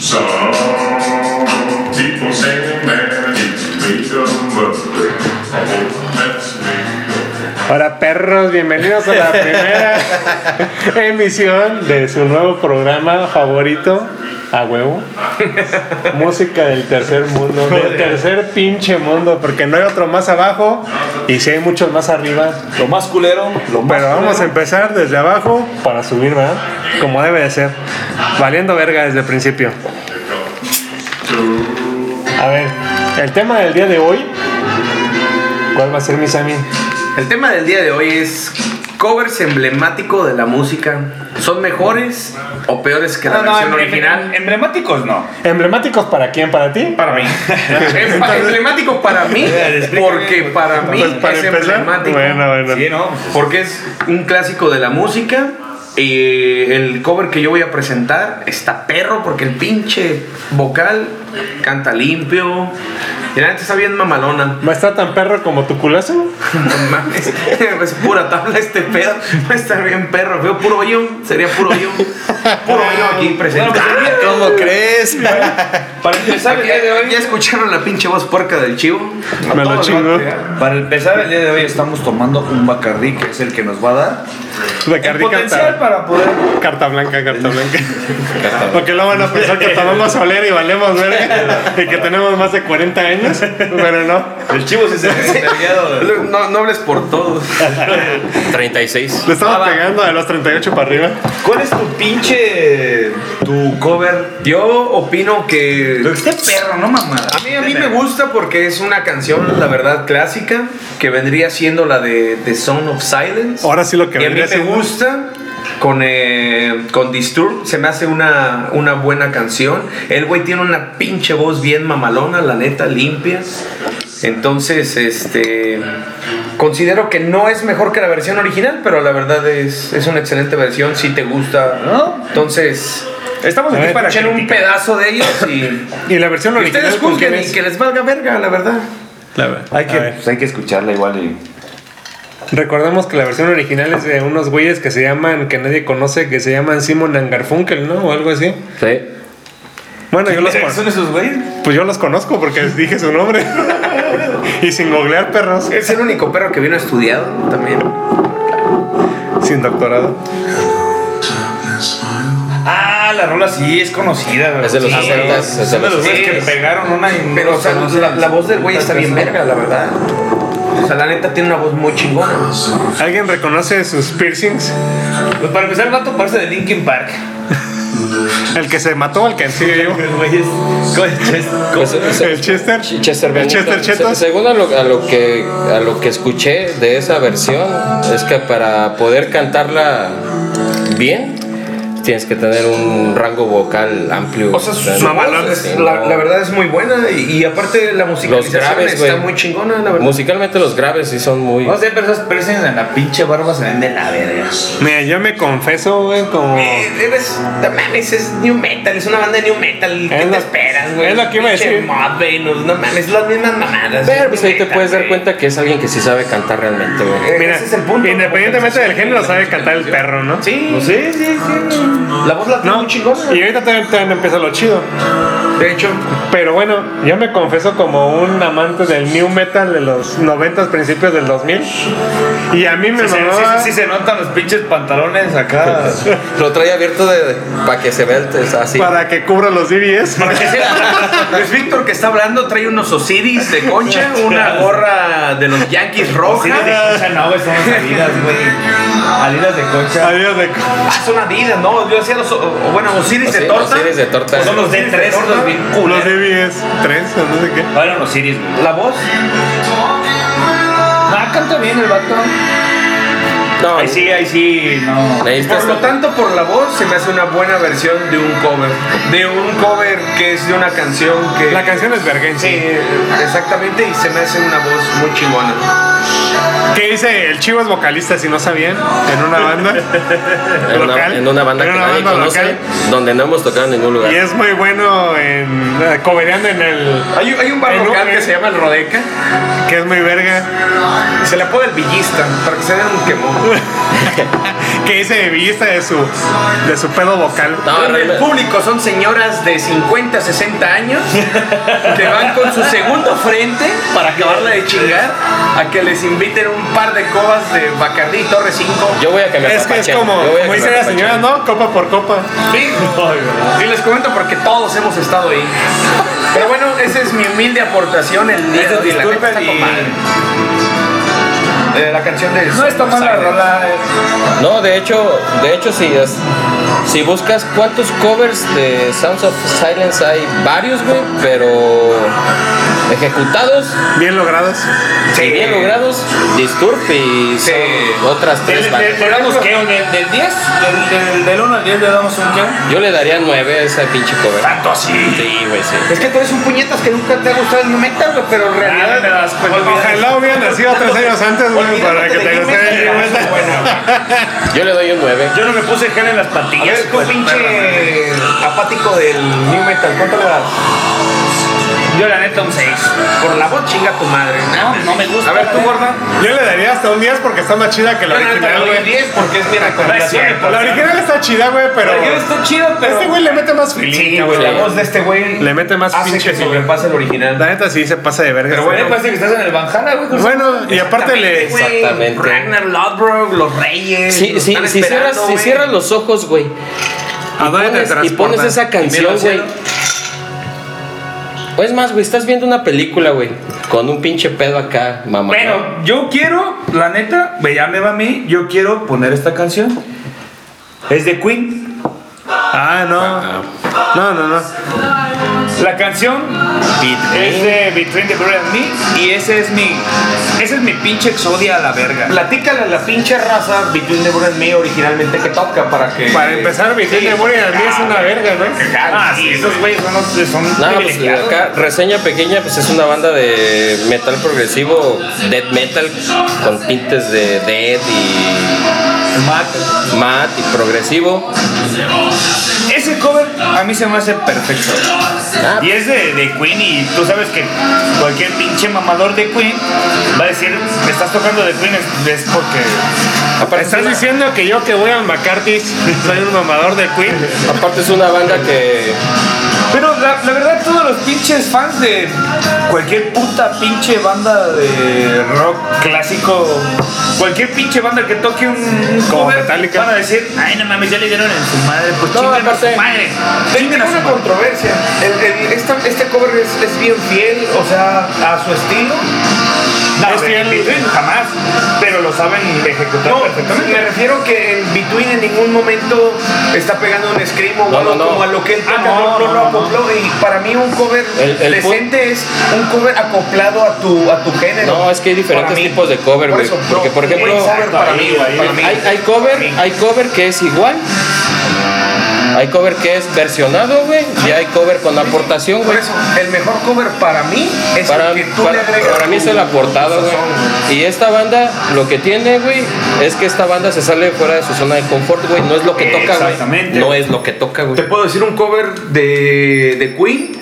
Some people say that it's freedom, but that's freedom. Hola perros, bienvenidos a la primera emisión de su nuevo programa favorito, a huevo. Música del tercer mundo, del tercer pinche mundo, porque no hay otro más abajo y si hay muchos más arriba. Lo más culero, lo más Pero vamos a culero. empezar desde abajo para subir, ¿verdad? Como debe de ser. Valiendo verga desde el principio. A ver, el tema del día de hoy, ¿cuál va a ser mi Sammy? El tema del día de hoy es covers emblemático de la música. ¿Son mejores o peores que la No, no, versión em- original? em- emblemáticos no. ¿Emblemáticos para quién? ¿Para ti? Para mí. Es pa- emblemático para mí porque para mí Pues para es empezar, emblemático. bueno, bueno. sí, ¿no? Porque es un clásico de la música. Y el cover que yo voy a presentar está perro porque el pinche vocal canta limpio. Y la neta está bien mamalona. ¿Va a estar tan perro como tu culazo? No mames, es pura tabla este pedo. Va a estar bien perro. Veo puro hoyo. Sería puro hoyo. Puro hoyo aquí presente. Ah, Bueno, pues, ¿Cómo crees? Para empezar el día de ya, ya hoy. escucharon la pinche voz puerca del chivo. A Me lo todos chingo. va a pegar. Para empezar el día de hoy estamos tomando un Bacardí que es el que nos va a dar De el Cardi potencial carta, para poder carta blanca, carta blanca. Porque luego van a pensar que tomamos soler y valemos verga y que tenemos más de 40 años, pero no. El chivo sí se ha encargado de- No, no hables por todos. 36. Le Ah, estamos pegando de los 38 para arriba. ¿Cuál es tu pinche tu cover? Yo opino que. Lo que esté perro, no mamada. A mí, a mí me gusta porque es una canción, la verdad, clásica, que vendría siendo la de The Sound of Silence. Ahora sí lo que y a mí vendría me siendo. gusta con, eh, con Disturb, se me hace una, una buena canción. El güey tiene una pinche voz bien mamalona, la neta, limpia. Entonces, este. Considero que no es mejor que la versión original, pero la verdad es, es una excelente versión si te gusta. ¿No? Entonces, Estamos A aquí ver, para echen un criticar. pedazo de ellos y. Y la versión Que original. ustedes ¿con pues, quién juzguen y es? que les valga verga, la verdad. Hay que, A ver. pues, hay que escucharla igual y Recordemos que la versión original es de unos güeyes que se llaman, que nadie conoce, que se llaman Simon and Garfunkel, ¿no? O algo así. Sí. Bueno, yo los conozco. son esos güeyes? Pues yo los conozco porque les dije su nombre. y sin googlear perros, Es el único perro que vino estudiado también. sin doctorado. Ah, la rola sí es conocida, güey. Es de los Sí, 60s, güey. es de Son de los los güeyes que 60s. pegaron una y Pero, o sea, no se la, lanzó. la voz del güey está bien verga, la verdad. O sea, la neta tiene una voz muy chingona. ¿Alguien reconoce sus piercings? Pues para empezar, va a toparse de Linkin Park. El que se mató, el que sigue vivo. Los güeyes. Pues, se- El Chester. El Ch- Chester Chester Bennington. Se- Chetos. Según a lo, a lo que a lo que escuché de esa versión es que para poder cantarla bien tienes que tener un rango vocal amplio. O sea, su Sí, su voz, es- sí, la, no. la verdad es muy buena y, y aparte la musicalización graves, está güey. muy chingona, la verdad. Musicalmente los graves sí son muy. No sé, pero esas piercings en la pinche barba se ven de la verga. Mira, yo me confieso, güey, como. Eh, Eres, no mames, es new metal, es una banda de new metal. ¿Qué Es lo- te esperas, güey? es lo que iba a Pinche decir. mod, güey, no, no mames, las mismas mamadas. Pero güey, pues new ahí te metal, puedes dar güey. cuenta que es alguien que sí sabe cantar realmente, güey. Eh, Mira, ese es el punto. independientemente del género, sabe cantar el perro, ¿no? Sí, sí, sí, sí. La voz la tiene No, muy chingona. y ahorita también, también empieza lo chido. De hecho, Pero bueno, yo me confieso como un amante del new metal de los 90, principios del 2000. Y a mí me Sí, se- mamaba- sí, sí se notan los pinches pantalones acá. Lo trae abierto de, para que se vea el- es así. para que cubra los DVDs. Luis Víctor que está hablando trae unos osiris de concha, una gorra de los Yankees Así de roja. concha, no, güey, son las alidas, güey. Alidas de concha. Adiós de c- Ah, son Adidas, no, yo hacía los, o- o bueno, osiris de Sí, torta. los iris de torta. Son los D3, los bien los culeros. DVDs. Tres, o no sé qué. Ahora los Iris, güey. La voz. Ah, canta bien el vato. No, Ahí sí, ahí sí, no. necesitas- Por lo tanto, por la voz se me hace una buena versión de un cover. De un cover que es de una canción que. La canción es Sí, vergüenza. exactamente, y se me hace una voz muy chingona. Que dice, el chivo es vocalista, si no sabían, en una banda. En una, local, en una banda en que una nadie banda conoce, local. donde no hemos tocado en ningún lugar. Y es muy bueno en eh, cobereando en el. Hay, hay un bar En un- local que se llama El Rodeca. que es muy verga. y Se le apoda el villista para que se den un quemón. Que dice de vista de su de su pedo vocal. No, Donde el realmente- público son señoras de 50, 60 años que van con su segundo frente para acabarla de chingar a que les inviten un par de cobas de Bacardí Torre 5. yo voy a que me Es que es apapachen, como, yo voy a como que dice me la apapachen. señora, ¿no? Copa por copa. Sí. Y les comento porque todos hemos estado ahí. Pero bueno, esa es mi humilde aportación el día de hoy. La neta está con madre. Eh, la canción de No Pues está mal la rola. eh. No, de hecho, de hecho si, es- si buscas cuántos covers de Sounds of Silence hay varios, güey, pero ejecutados Bien logrados. y bien logrados, Disturb y Sí. son otras tres bandas. Le damos qué, del, del 10, del, del, del 1 al 10 le damos un qué. Yo le daría nueve a esa pinche cover. Tanto así. Sí, güey, sí. Es que tú eres un puñetas que nunca te ha gustado el metal, güey, pero en realidad me das cuenta. Ojalá hubiera nacido tres años antes, güey, Olvídate para que de te mí, gustara me el cagas, New Metal. Yo le doy un nueve. Yo no me puse gel en las A patillas. ver, tú pues, perra. pinche apático del new metal, ¿cuánto le das? Yo la neta un 6. Por la voz chinga tu madre. No, no me gusta. A ver, tú gorda. Yo le daría hasta un 10 porque está más chida que la Yo la neta le original, doy güey. un 10 porque es mi recomendación. La original está chida, güey, pero. Porque está chido, pero. Este güey le mete más feeling. Sí, güey, la Sí. voz de este güey Le mete más hace pinche que sobrepase el original. La neta sí se pasa de verga. Pero este bueno, pues, güey. Parece que estás en el Banjara, güey. con- bueno, y aparte le. güey, Exactamente. Ragnar Lodbrok, los Reyes. Sí, los sí, están si esperando, cierras, si güey. cierras los ojos, güey, ¿A dónde te pones- y pones transporta? esa canción, al güey. cielo. O es más, güey, estás viendo una película, güey, con un pinche pedo acá, mamá. Bueno, Yo quiero, la neta, ve, ya me va a mí, yo quiero poner esta canción. Es de Queen. Ah, no. No, no, no. la canción es de Between the Bird and Me. Y ese es mi. Ese es mi pinche exodia a la verga. Platícale a la pinche raza Between the Bird and Me originalmente que toca para que. Para empezar, mi de Memoria a mí es una verga, ¿no? Ah, sí, esos güeyes son. los- son No, pues privilegiados. acá, reseña pequeña, pues es una banda de metal progresivo, death metal, con tintes de death y mat y progresivo. Ese cover a mí se me hace perfecto. Ah, Y es de, de Queen y tú sabes que cualquier pinche mamador de Queen va a decir, me estás tocando de Queen es, es porque... aparte, es Estás una, diciendo que yo que voy al McCarthy soy un mamador de Queen. aparte es una banda que Pero la, la verdad todos los pinches fans de cualquier puta pinche banda de rock clásico, cualquier pinche banda que toque un, un Como cover Metallica. van a decir, ay no mames, ya le dieron en su madre, pues No, chingan a aparte- su madre. Tiene Chingan a su una madre. controversia. El- el- esta- este cover es, es bien fiel, o sea, a su estilo. No, Es de fiel. Between jamás, pero lo saben ejecutar No, perfectamente. me refiero que en Between en ningún momento está pegando un scream o No, algo no, no. como a lo que él Ah, toca, no, no, no, no, lo no, acopló. Y para mí un cover El- el pu- decente es un cover acoplado a tu, a tu género. No, es que hay diferentes Para mí. tipos de cover, Por güey, eso, porque, no, por ejemplo- el cover para Ahí, mí, güey, ahí, para mí. hay, hay cover, hay cover que es igual. Hay cover que es versionado, güey, y hay cover con aportación, Por güey. eso, el mejor cover para mí es Para, el que tú le para, agregas. para mí es el tu- aportado, tu güey. sazón, Y esta banda, lo que tiene, güey, es que esta banda se sale fuera de su zona de confort, güey. No es lo que toca, güey. Exactamente. No es lo que toca, güey. Te puedo decir un cover de, de Queen,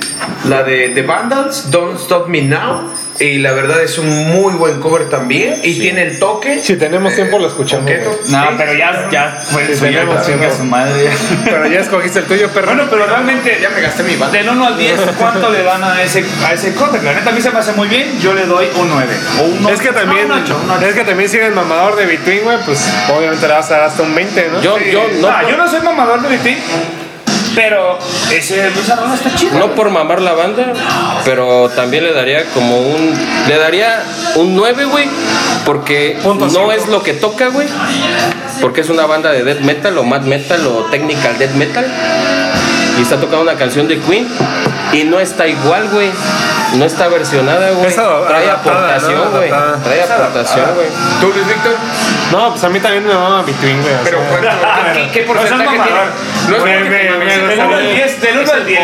la de The Vandals, Don't Stop Me Now. Y la verdad es un muy buen cover también. Y tiene el toque. Si tenemos tiempo lo escuchamos. coqueto. güey. No, pero ya, ya fue el suyo, tenemos, chinga tenemos. su madre. Pero ya escogiste el tuyo, perro. bueno, pero realmente, Ya me gasté mi banda. del 1 al 10, ¿cuánto le dan a ese, a ese cover? La neta a mí se me hace muy bien, yo le doy un 9. O un es que también, es que también si eres mamador de Between, güey, pues obviamente le vas a dar hasta un 20, ¿no? Yo, yo no, no, Ah, yo no soy mamador de BT, pero ese esa rola está chida. no por mamar la banda, pero también le daría como un. Le daría un 9, güey. Porque no es lo que toca, güey. Porque es una banda de death metal o mad metal o technical death metal. Y está tocando una canción de Queen. Y no está igual, güey. No está versionada, güey. Es adaptada, Trae adaptada, aportación, ¿no? güey. Adaptada. Trae aportación, güey. ¿Tú, Luis Víctor? No, pues a mí también me mama Between, güey. o Pero sea. ¿cuánto? ¿Qué, qué porcentaje No seas tiene? mamador. No es Me- porque te me- mames, me es gustaría- el- del 1 al 10.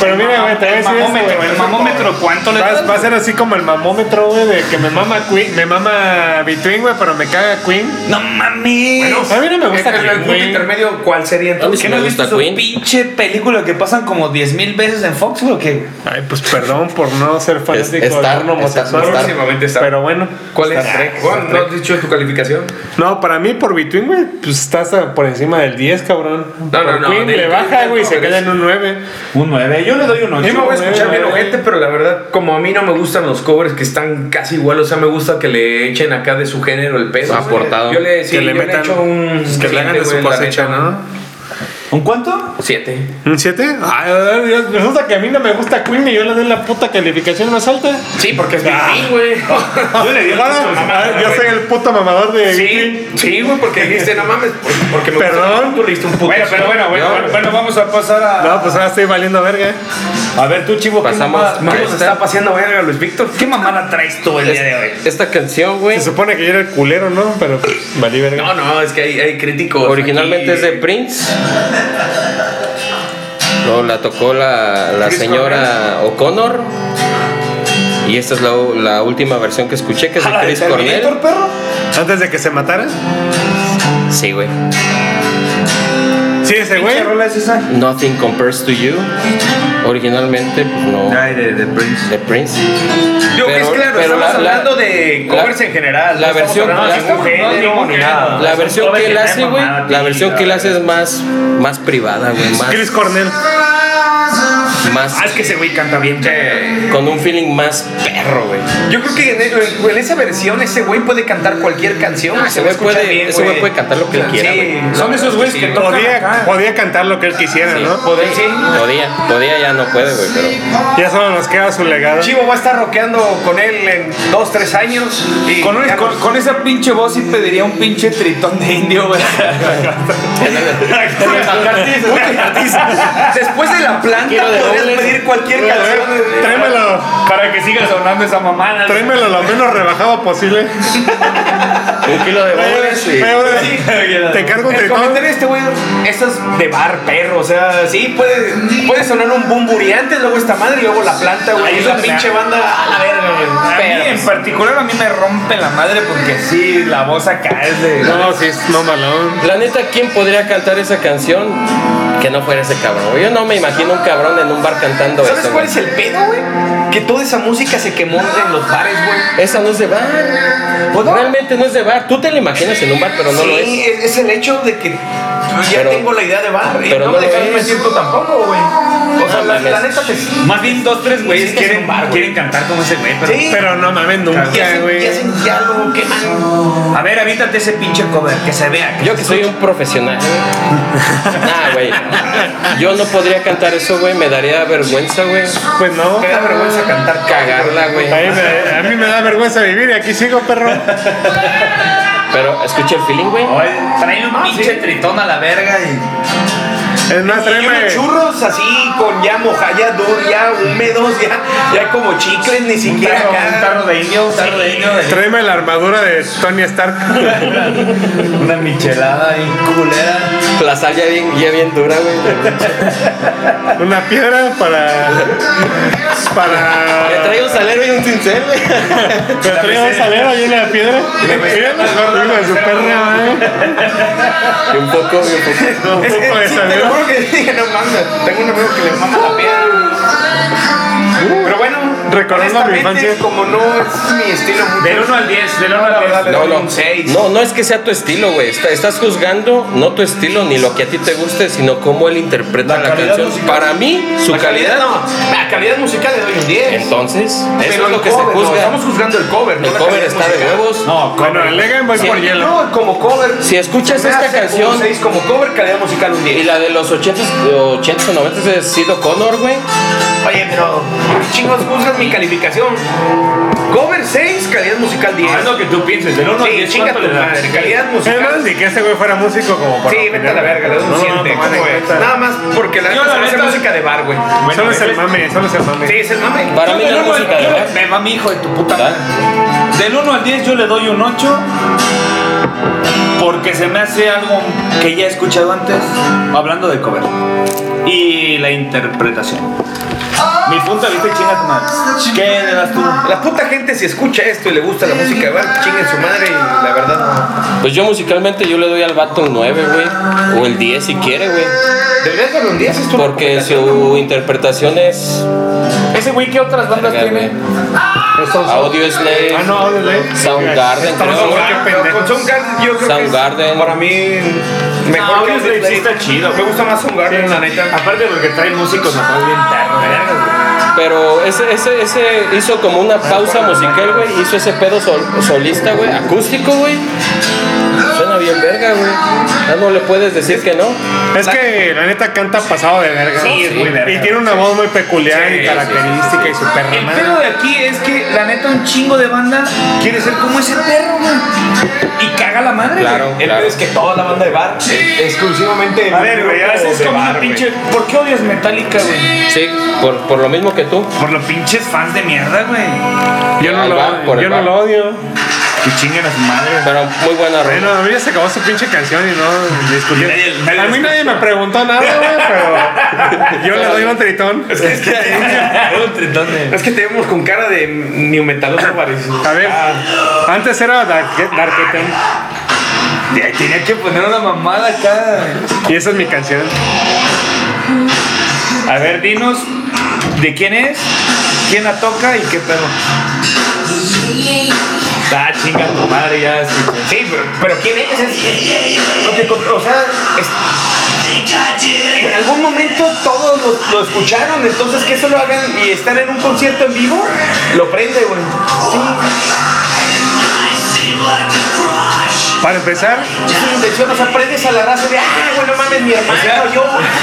Pero mira, güey, te voy a El decir esto, mamómetro, güey. el mamómetro, ¿cuánto le Va, das? va a ser así como el mamómetro, güey, de que me mama Queen, me mama Between, güey, pero me caga Queen. No mames. A mí no me gusta es el Queen, punto güey. intermedio, ¿cuál sería A mí entonces? sí ¿Qué no me has visto gusta su Queen. pinche película que pasan como 10 mil veces en Fox, güey? o qué? Ay, pues perdón por no ser fanático Es- Star, de un homosexual. Star, Próximamente Star. Pero bueno. ¿Cuál es? Bueno, ¿No has dicho tu calificación? No, para mí por Between, güey, pues estás a- por encima del 10, cabrón. No, Por no, no, Queen del le 10, baja, güey, y se no, queda en un 9. Un 9. Yo le doy un Yo me voy a escuchar güey. bien ojete, pues, pero la verdad, como a mí no me gustan los covers que están casi igual, o sea, me gusta que le echen acá de su género el peso. Aportado. Yo le, sí, Que le yo metan- echo un. que le hagan de siete, güey, su la cosecha, neta. ¿no? ¿Un cuánto? Siete. ¿Un 7? Ay, ay, Dios, resulta que a mí no me gusta Queen y yo le doy la puta calificación más alta. Sí, porque es Ah. Between, güey. Yo le ah, Yo soy el puto mamador de Between. Sí, sí, güey, porque dijiste, no mames, porque me Perdón. Tú le diste un puto. Bueno, pero bueno, bueno, bueno, bueno, vamos a pasar a. No, pues ahora estoy valiendo verga. A ver, tú, chivo, ¿qué Pasamos mamada, a qué esta. está pasando verga Luis Víctor? ¿Qué mamada traes tú el día de hoy? Esta canción, güey, Se supone que yo era el culero, ¿no? Pero pues, valí verga. No, no, es que hay, hay críticos. aquí. originalmente es de Prince. No, la tocó la, la Chris señora O'Connor. Y esta es la, la última versión que escuché, que es de Ah, ¿La de Chris Terminator, Cornell. perro? Antes de que se matara. Sí, güey. Sí, ese güey. ¿Qué rola es esa? Nothing Compares to You. Originalmente, pues, no. de, de Prince. De Prince. Digo que es Pero- claro, pero estamos la- la- hablando de covers la- en general. no la estamos versión- hablando de la- no, ningún género ni no, nada. no, La versión que él original, hace, güey. mamada, La sí, versión la que él verdad. hace es más, más privada, güey. Chris Más, Cornell. más. Ah, es que ese güey canta bien, che. Con un feeling más perro, güey. Yo creo que en, en esa versión ese güey puede cantar cualquier canción. Ah, y ese va a güey puede- escuchar bien, ese güey puede cantar lo que él quiera, güey. Son esos güeyes que tocan Podía, acá. podía cantar lo que él quisiera, ¿no? Poder, sí. Podía, podía, ya no puede, güey, pero. Ya solo nos queda su legado. Chivo va a estar rockeando con él en dos, tres años. Y Con, un- ya con- nos- con esa pinche voz sí pediría un pinche tritón de indio, güey. Después de la planta Quiero de podrías dobles. pedir cualquier A ver, canción. güey. Tráemelo, Para que siga sonando esa mamada. tráemelo lo menos rebajado posible. Un kilo de bolas y. Pebre, te cargo un El tritón. comentario de este güey, eso es de bar, perro. O sea, sí, puede, puede sonar un bumburiante, luego esta madre y luego la planta, güey. Ahí Es la está. pinche banda a la verga, A güey. mí en particular a mí me rompe la madre porque sí, la voz acá es de... No, sí, es no malón. La neta, ¿quién podría cantar esa canción que no fuera ese cabrón? güey? Yo no me imagino un cabrón en un bar cantando ¿Sabes eso. cuál es güey. el pedo, güey? Que toda esa música se quemó en los bares, güey. Esa no es de bar. Realmente Pues no es de bar. Tú te la imaginas en un bar, pero no lo es. sí, es. es el hecho de que ya Pero- tengo la idea de bar y pero no, no me lo dejan es. me siento tampoco, güey. O sea, la, la neta te Más bien dos, tres güeyes Sí, que es quieren, un bar, güey. quieren cantar como ese güey, pero... Sí. Pero no mames y nunca, hacen, y güey. hacen diálogo, queman. A ver, avítate ese pinche cover, que se vea. Yo que soy un profesional. Nah, güey. Yo no podría cantar eso, güey. Me daría vergüenza, güey. Pues no. Me da vergüenza cantar Cagarla, güey. A mí, me, a mí me da vergüenza vivir y aquí sigo, perro. Pero escucha el feeling, güey. Trae un pinche tritón a la verga y... Es Ah, más, Y unos tráeme. churros así con ya moja, ya duro, ya húmedos, ya, ya como chicles, ni siquiera Tarro- acá. un tarro de indio, un tarro de indio, de- Tráeme la armadura de Tony Stark. una michelada y culera. La sal ya bien, ya bien dura, güey. Una piedra para. Me Para. traigo un salero y un cincel, güey. Me traigo un salero y una piedra. Mira, hijo de su ¿eh? perra, madre. Y un poco, y un poco. Un Es- poco de es- sí, te lo salero. juro que dije, no mames, tengo un amigo que le mama la piel. Uh. Pero bueno, Recordando mi honestamente, infancia. como no es mi estilo mucho. Del 1 al 10, del 1 la al verdad, le 10. No, doy no. un 6. No, no es que sea tu estilo, güey. Está- estás juzgando no tu estilo ni lo que a ti te guste, sino cómo él interpreta la, canción. Para mí, su La calidad. no. La calidad musical le doy un 10. Entonces, eso Pero es el lo que se cover, no, juzga. Estamos juzgando el cover, ¿no? El la cover calidad está de musical. huevos. No, bueno, el Legan voy por Sí, hielo. No, como cover. Si escuchas me esta hace canción- Un 6 como cover, calidad musical un Y 10. la de los 80s, 80s o 90s de Sido Connor, güey. Oye, pero. ¿por qué chingos buscas mi calificación? Cover 6, calidad musical 10. Ah, es lo que tú pienses, del 1 al Sí, 10, chinga ¿cuánto tu le das? madre, calidad musical. Además, ni que ese güey fuera músico como para. Sí, vete a la opinar. verga, le doy un No, no, 7. toma en ¿cómo ves? cuenta. Nada más porque la Yo, neta la se me hace neta- música de bar, güey. Solo es el mame, solo es el mame. Sí, es el mame. Para mí no es Del uno al- música de yo le- verdad. Me mami, hijo de tu puta madre. Del 1 al 10 yo le doy un 8 porque se me hace algo que ya he escuchado antes hablando de cover y la interpretación. Mi punto de vista chinga tu madre. ¿Qué le das tú? La puta gente si escucha esto y le gusta la música de bar, chingue su madre y la verdad no. Pues yo musicalmente yo le doy al vato un 9, güey. O el 10 si quiere, güey. Deberías darle un 10, es tu Porque su interpretación es. Ese güey, ¿qué otras bandas verga, tiene? güey. Audio Slave, Ah, no, Audio Slave. Soundgarden, Estamos creo. hablando- Pero Con Soundgarden yo creo que es Soundgarden. para mí mejor No, que Audio Slave sí está chido. Me gusta más Soundgarden, la neta. Aparte porque trae músicos nomás bien perros, vergas, güey. Pero ese, ese, ese hizo como una pausa musical, güey. Hizo ese pedo sol- solista, güey. Acústico, güey. Suena bien verga, güey. Ya no le puedes decir que no. Es que la neta canta pasado de verga. Sí, es muy verga. Y tiene una voz muy peculiar y característica y super El pedo de aquí es que la neta un chingo de banda quiere ser como ese perro, güey. Y caga la madre. Claro, güey. El claro. pedo es que toda la banda de bar exclusivamente. A ver, güey, a veces es como una pinche. ¿Por qué odias Metallica, güey? Sí, por, por lo mismo que tú. Por los pinches fans de mierda, güey. Yo no Al lo, bar, por el yo no bar. lo odio. Que chinguen a su madre. Pero muy buena rola. Bueno, a mí ya se acabó su pinche canción y no discutí. Nadie- nadie A mí discutió. nadie me preguntó nada, güey, pero yo le doy un tritón. Es que te vemos con cara de new metaloso parecido. A ver, antes era Dark- Darketen Ay, Tenía que poner una mamada acá. y esa es mi canción. A ver, dinos de quién es, quién la toca y qué pedo. Ah, chinga tu madre ya. sí, güey. Sí, pero, pero ¿quién es? Es- lo que con- o sea, es- en algún momento todos lo, lo escucharon, entonces que eso lo hagan y estar en un concierto en vivo, lo prende, güey. Para empezar, Es una intención, o sea, prendes a la raza de, ah, güey, no mames, mi hermano, yo,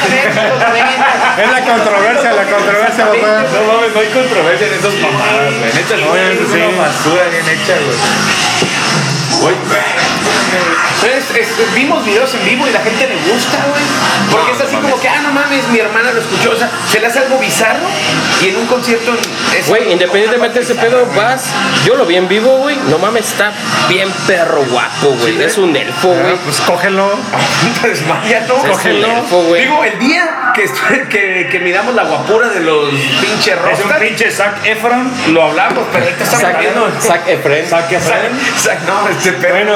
es la controversia, la controversia, papá. No mames, no hay controversia en esas mamadas, güey. Neta, no, Oye, es sí. una basura bien hecha, güey. Entonces, es- vimos videos en vivo y la gente le gusta, güey. Porque es así como que, ah, no mames, mi hermana lo escuchó. O sea, se le hace algo bizarro y en un concierto. es- Güey, independientemente de ese pedo, vas. Yo lo vi en vivo, güey. No mames, está bien perro guapo, güey. Es un elfo, güey. Pues cógelo. Desmayalo, Es un cógelo. elfo, güey. Digo, el día que, estu- que, que miramos la guapura de los pinches Es un rostas, pinche Zac Efron. lo hablamos, pero ahorita estamos Zac, hablando. Zac Efren. Zac- Zac- no, este pedo. Bueno,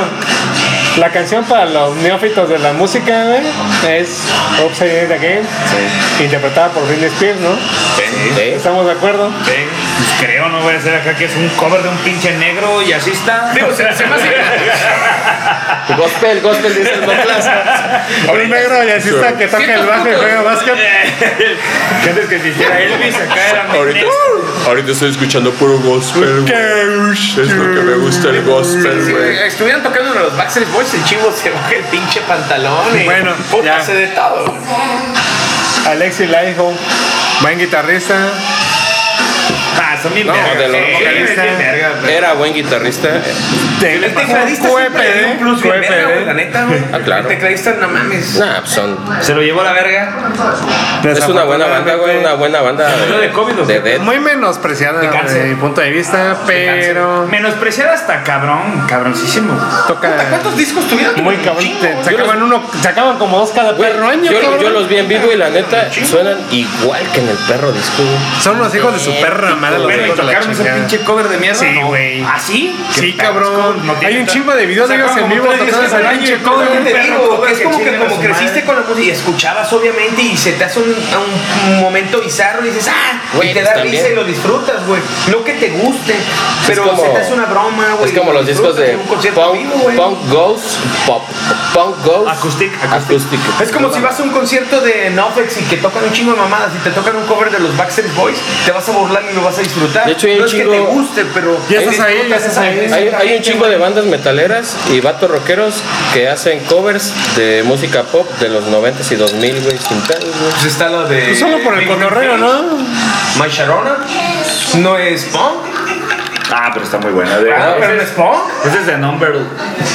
la canción para los neófitos de la música güey, es Upside Down Again, interpretada por Britney Spears, ¿no? Sí. ¿Estamos de acuerdo? Ven, pues creo, no voy a hacer acá que es un cover de un pinche negro y así está. Digo, se, se me hace Gospel, gospel, dice el Moclas. Un negro jazzista que toca el bajo y juega básquet. Que antes que existiera Elvis, acá era mi Ahorita, negro. ahorita estoy escuchando puro gospel, güey. Es lo que me gusta el gospel, Si güey. estuvieran tocando en los Backstreet Boys, el chivo se baja el pinche pantalón y Bueno, puta, ya. hace de todo. Alexi Laiho, buen guitarrista. Ah, son bien No, vergas. de los Sí, vocalistas. bien vergas, güey. Era buen guitarrista. Te- El tecladista siempre ¿eh? le dio un plus bien QPD. verga, güey, la neta, güey. Ah, claro. El tecladista, no mames. Nah, pues son. Se lo llevó a la verga. Es una buena banda, güey. Una buena banda. Murió de COVID, ¿o qué? de Dead. Muy menospreciada desde mi punto de vista, Ah, pero Menospreciar hasta cabrón, cabroncísimo. toca ¿Cuántos discos tuvieron? muy cabrón. te- Sacaban uno, sacaban como dos cada Güey, perro año, yo, cabrón. yo los vi en vivo y la neta suenan igual que en el perro disco. güey. Son los hijos de Eh, su perra madre. los Bueno, y hijos de la tocaron ese chingada. pinche cover de mierda. Sí, No. güey. ¿Ah, sí? Sí, Qué perros, cabrón. no tiene Hay un tan- chingo de videos de ellos en Sacaron vivo como tres tocando discos ese al año pinche y cover. todo Te Un perro digo, toca es que como que chingue como su creciste madre. con la música y escuchabas obviamente y se te hace un, a un- un momento bizarro y dices, ah, Güey, y te pues da también. risa y lo disfrutas, güey. No que te guste, pero como- se te hace una broma, güey. Es como y lo los discos disfrutas de en un concierto Punk, vivo, güey. punk Ghost Pop. Punk Ghost. Acoustic, Acoustic. Es como si vas a un concierto de Nofex y que tocan un chingo de mamadas y te tocan un cover de los Backstreet Boys, te vas a burlar y lo vas a disfrutar. De hecho, hay no un es que chingo- te guste, pero Ya estás ahí, ya estás ahí. Hay, hay un chingo de bandas metaleras y vatos rockeros que hacen covers de música pop de los 90s y 2000, güey, sin pedos, güey. Pues está lo de Pues solo por el cotorreo, ¿no? My Sharona no es punk. Ah, pero está muy buena. De, Ah, pero no es punk. Ese es de Number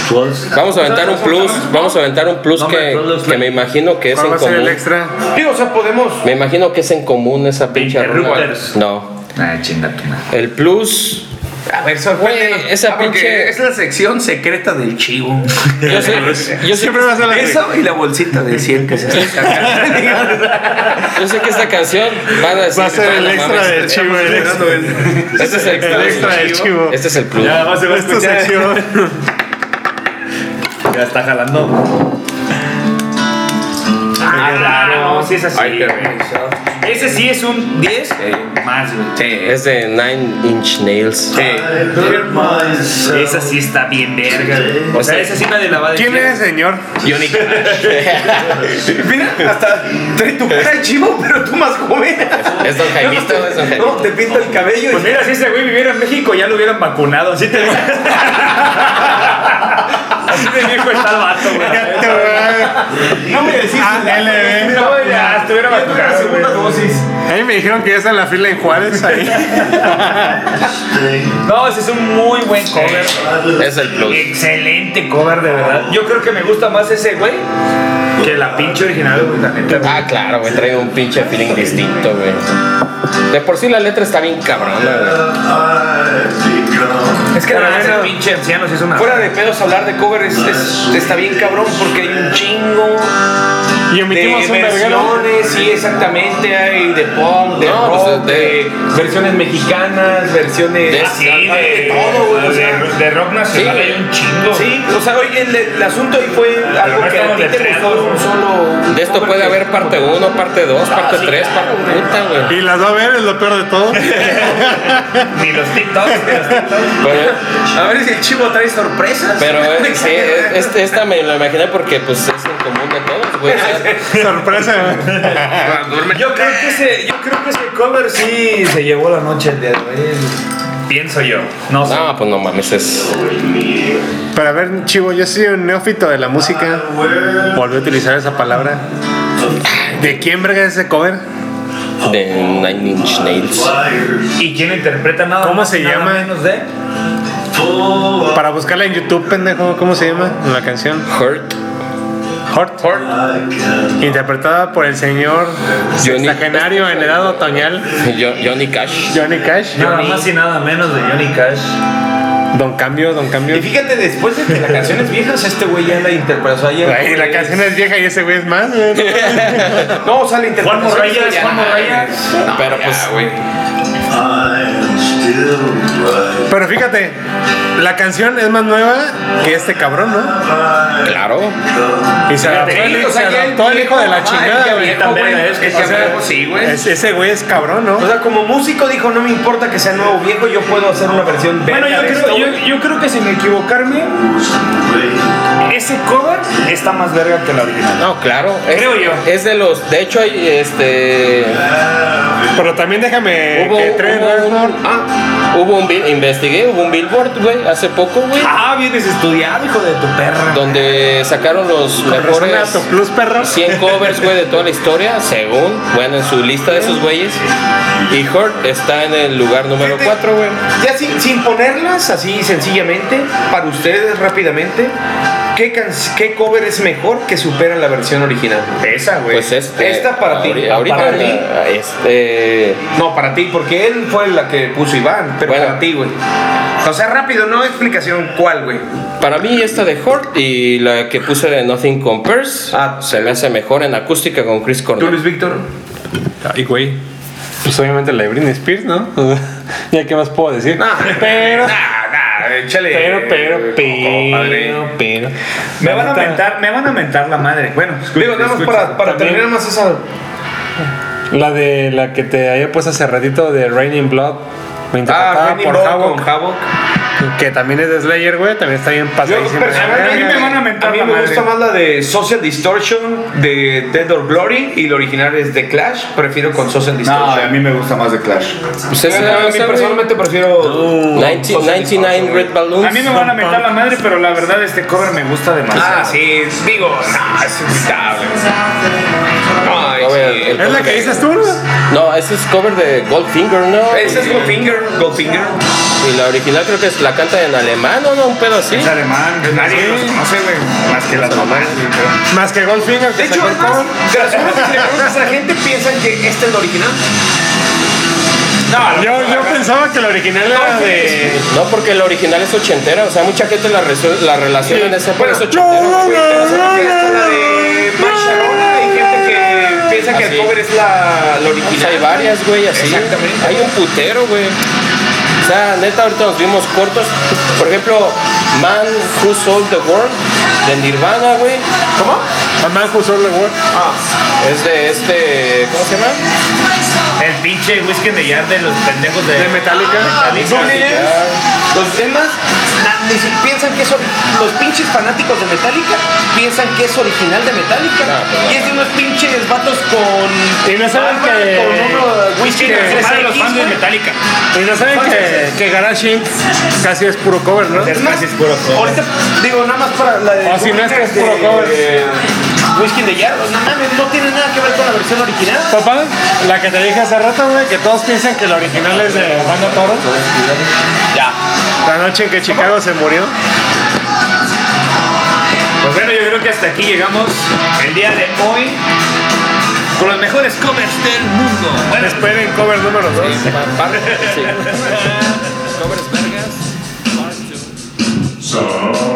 12. Vamos a aventar un plus, vamos a aventar un plus que, que me imagino que es en ¿Cuál va a ser el común. extra? Digo, o sea, podemos. Me imagino que es en común esa pinche Paper rola. Rooters. No. Ah, chinga tu madre. El plus, A ver, sorpréndenos. Güey, esa Ah, porque pinche- Es la sección secreta del chivo. yo sé, yo sé, Siempre va a ser la Esa y la bolsita de 100 que se está sacando. yo sé que esta canción va a, decir, Va a ser "Ah, el no extra mames, del chivo. el extra. Este es el extra, El extra del chivo. Este es el plus. Ya, más se va a Esta escuchar. sección. Ya está jalando. Ah, claro, no, sí es así. Ay, qué risa. Ese sí es un 10 más, güey. Es de Nine Inch Nails. Esa sí está bien verga. güey. O sea, esa sí nadie la va a decir. ¿Quién es, señor? Johnny Cash. Mira, hasta trae tu cara de chivo, pero tú más joven. Es Don Jaimito, es Don Jaimito. No, te pinta el cabello Pues y mira, si ese güey viviera en México ya lo hubieran vacunado. Así te digo. Así de viejo está el vato, güey. no me decís. Ah, LB. No, ya estuviera La vacunado. segunda güey. dosis. A mí me dijeron que ya está en la fila en Juárez. Ahí. No, ese es un muy buen cover. Es el plus. Excelente cover, de verdad. Yo creo que me gusta más ese güey que la pinche original, güey, la neta. Ah, claro, güey, trae un pinche feeling distinto, güey. De por sí la letra está bien cabrona, Es que Pero la ese neta, pinche anciano sí es una. fuera de pedos hablar de cover es- es- está bien cabrón porque hay un chingo Y de omitimos un verguero. versiones, sí, exactamente, hay de punk, de No, pues, rock, de- de versiones mexicanas, versiones De- Sí, hay de, de todo, güey, o sea. de- de rock nacional Sí. hay un chingo. Sí, o sea, oye, el, el asunto ahí fue algo no que a estamos ti te letreando. gustó, un solo. güey. De esto puede haber parte 1, parte 2, parte 3, parte puta, güey. Y las va a ver, es lo peor de todo. Ni los TikToks, ni los TikToks. Pero, A ver si el chivo trae sorpresas. pero eh, sí, eh, este- esta me lo imaginé porque pues es en común de todos, güey. o sea, Sorpresa. Yo creo que ese, yo creo que ese cover sí se llevó la noche el día de hoy. Pienso yo. No sé. No, pues no mames, es. Para ver, chivo, yo soy un neófito de la música. Volví a utilizar esa palabra. ¿De quién verga es ese cover? de Nine Inch Nails. ¿Y quién interpreta nada? ¿Cómo más, se nada llama? menos de? Para buscarla en YouTube, pendejo, ¿cómo se llama la canción? Hurt, Hort. Interpretada por el señor Johnny- sexagenario en edad otoñal, Jo- Johnny Cash. Johnny Cash. Nada más y nada menos de Johnny Cash. Don Cambio, Don Cambio. Y fíjate, después de que la canción es vieja, o sea, este güey ya la interpretó ayer. Güey, la canción es vieja y ese güey es más, güey. No, o sea, Juan la interpretación. Morrayas, ya- Juan Morrayas. Pero pues, Pero fíjate, la canción es más nueva que este cabrón, ¿no? claro. Y se adaptó Sí, el, o se sea, ya adaptó el hijo de la mamá, chingada, ya güey. viejo, También güey, es que es o que sea, huevo, sí, güey. Es- ese güey es cabrón, ¿no? O sea, como músico dijo, no me importa que sea nuevo o viejo, yo puedo hacer una versión Bueno, verga yo de creo, esto, yo, güey. yo creo que sin equivocarme, ese cover está más verga que la original. No, claro. Es, Creo yo. Es de los. De hecho, hay este. Pero también déjame Hubo, que Trent hubo Reznor un. Ah, hubo un. bill- Investigué, hubo un billboard, güey, hace poco, güey. Ah, vienes estudiado, hijo de tu perra. Donde sacaron los persona mejores tu plus perro. 100 covers, güey, de toda la historia, según, bueno, en su lista de esos güeyes. Y Hurt está en el lugar número 4, güey. Ya sin, sin ponerlas así sencillamente, para ustedes rápidamente, ¿qué, can- qué cover es mejor que supera la versión original? Esa, güey. Pues este. Esta para ti, ahori- Ahorita, para ti. la- este. No, para ti, porque él fue la que puso Iván, pero Bueno. para ti, güey. O sea, rápido, no explicación cuál, güey. Para mí esta de Hort y la que puse de Nothing Compares Ah, se me hace mejor en acústica con Chris ¿Tú, Cornell. Luis Víctor? Ay, güey. Pues obviamente la de Britney Spears, ¿no? ya qué más puedo decir. pero, Nah, nah, échale. pero, pero, compadre. pero, pero. Me van a mentar, me van a mentar la madre. Bueno, Digo, nada más para, para También- terminar más esa. La de la que te había puesto hace ratito de Raining Blood. Interpretada Ah, Raining por Blood Havoc, con Havoc. que también es de Slayer, güey, también está bien Yo, pasadísima. personalmente, a mí me van a mentar mí mí me gusta más la de Social Distortion de Dead or Glory y la original es de Clash. Prefiero con Social No, Distortion. a mí me gusta más de Clash. Pues esa A mí esa, güey. personalmente prefiero. Social 1999 Distortion, Red A mí me Balloons. van a meter la madre, pero la verdad este cover me gusta demasiado. Ah, sí, digo, no, es inevitable. Ay, A ver, sí. el- ¿Es la que dices tú? No, ese es cover de Goldfinger, ¿no? Ese es Goldfinger, Goldfinger. Y la original creo que es la canta en alemán o no, un pedo así. Es alemán, Nadie los conoce, güey, más que las mamás. güey, pero- Más que Goldfinger, que De hecho, sacó el es más, cover. gracioso que si le preguntas a la gente, piensan que este es el original. Yo, yo pensaba que la original era de. No, porque la original es ochentera, o sea, mucha gente la, resu- la relaciona en ese pero es No, ochentera. no, no, no. Que esta es la de Mike Sharona, hay gente que piensa que Así. el cover es la, la Pues original. hay varias, güey, así. Exactamente. Hay un putero, güey. O sea, neta, ahorita nos vimos cortos. Por ejemplo, Man Who Sold the World de Nirvana, güey. ¿Cómo? A Man Who Sold the World. Ah. Es de este. ¿Cómo se llama? El pinche whisky de Yard de los pendejos de. De Metallica. Los demás na- ni si- piensan que eso, los pinches fanáticos de Metallica piensan que es original de Metallica y es de unos pinches vatos con Y no saben barba, que- con uno whisky Sí, los de fans- los 3X, fans de güey. Metallica. Y no saben que, que Garage Inc. casi es puro cover, ¿no? Es Es más, casi puro cover. ahorita digo nada más para la de O si Ah, no es que es de- puro eh, cover. Whisky de Yard, no mames, no tiene nada que ver con la versión original. Papá, la que te dije hace rato, güey, que todos piensan que la original es de Banda Toro. Ya. La noche en que Chicago se murió. Pues bueno, yo creo que hasta aquí llegamos el día de hoy con los mejores covers del mundo. Bueno, Esperen cover número 2. Song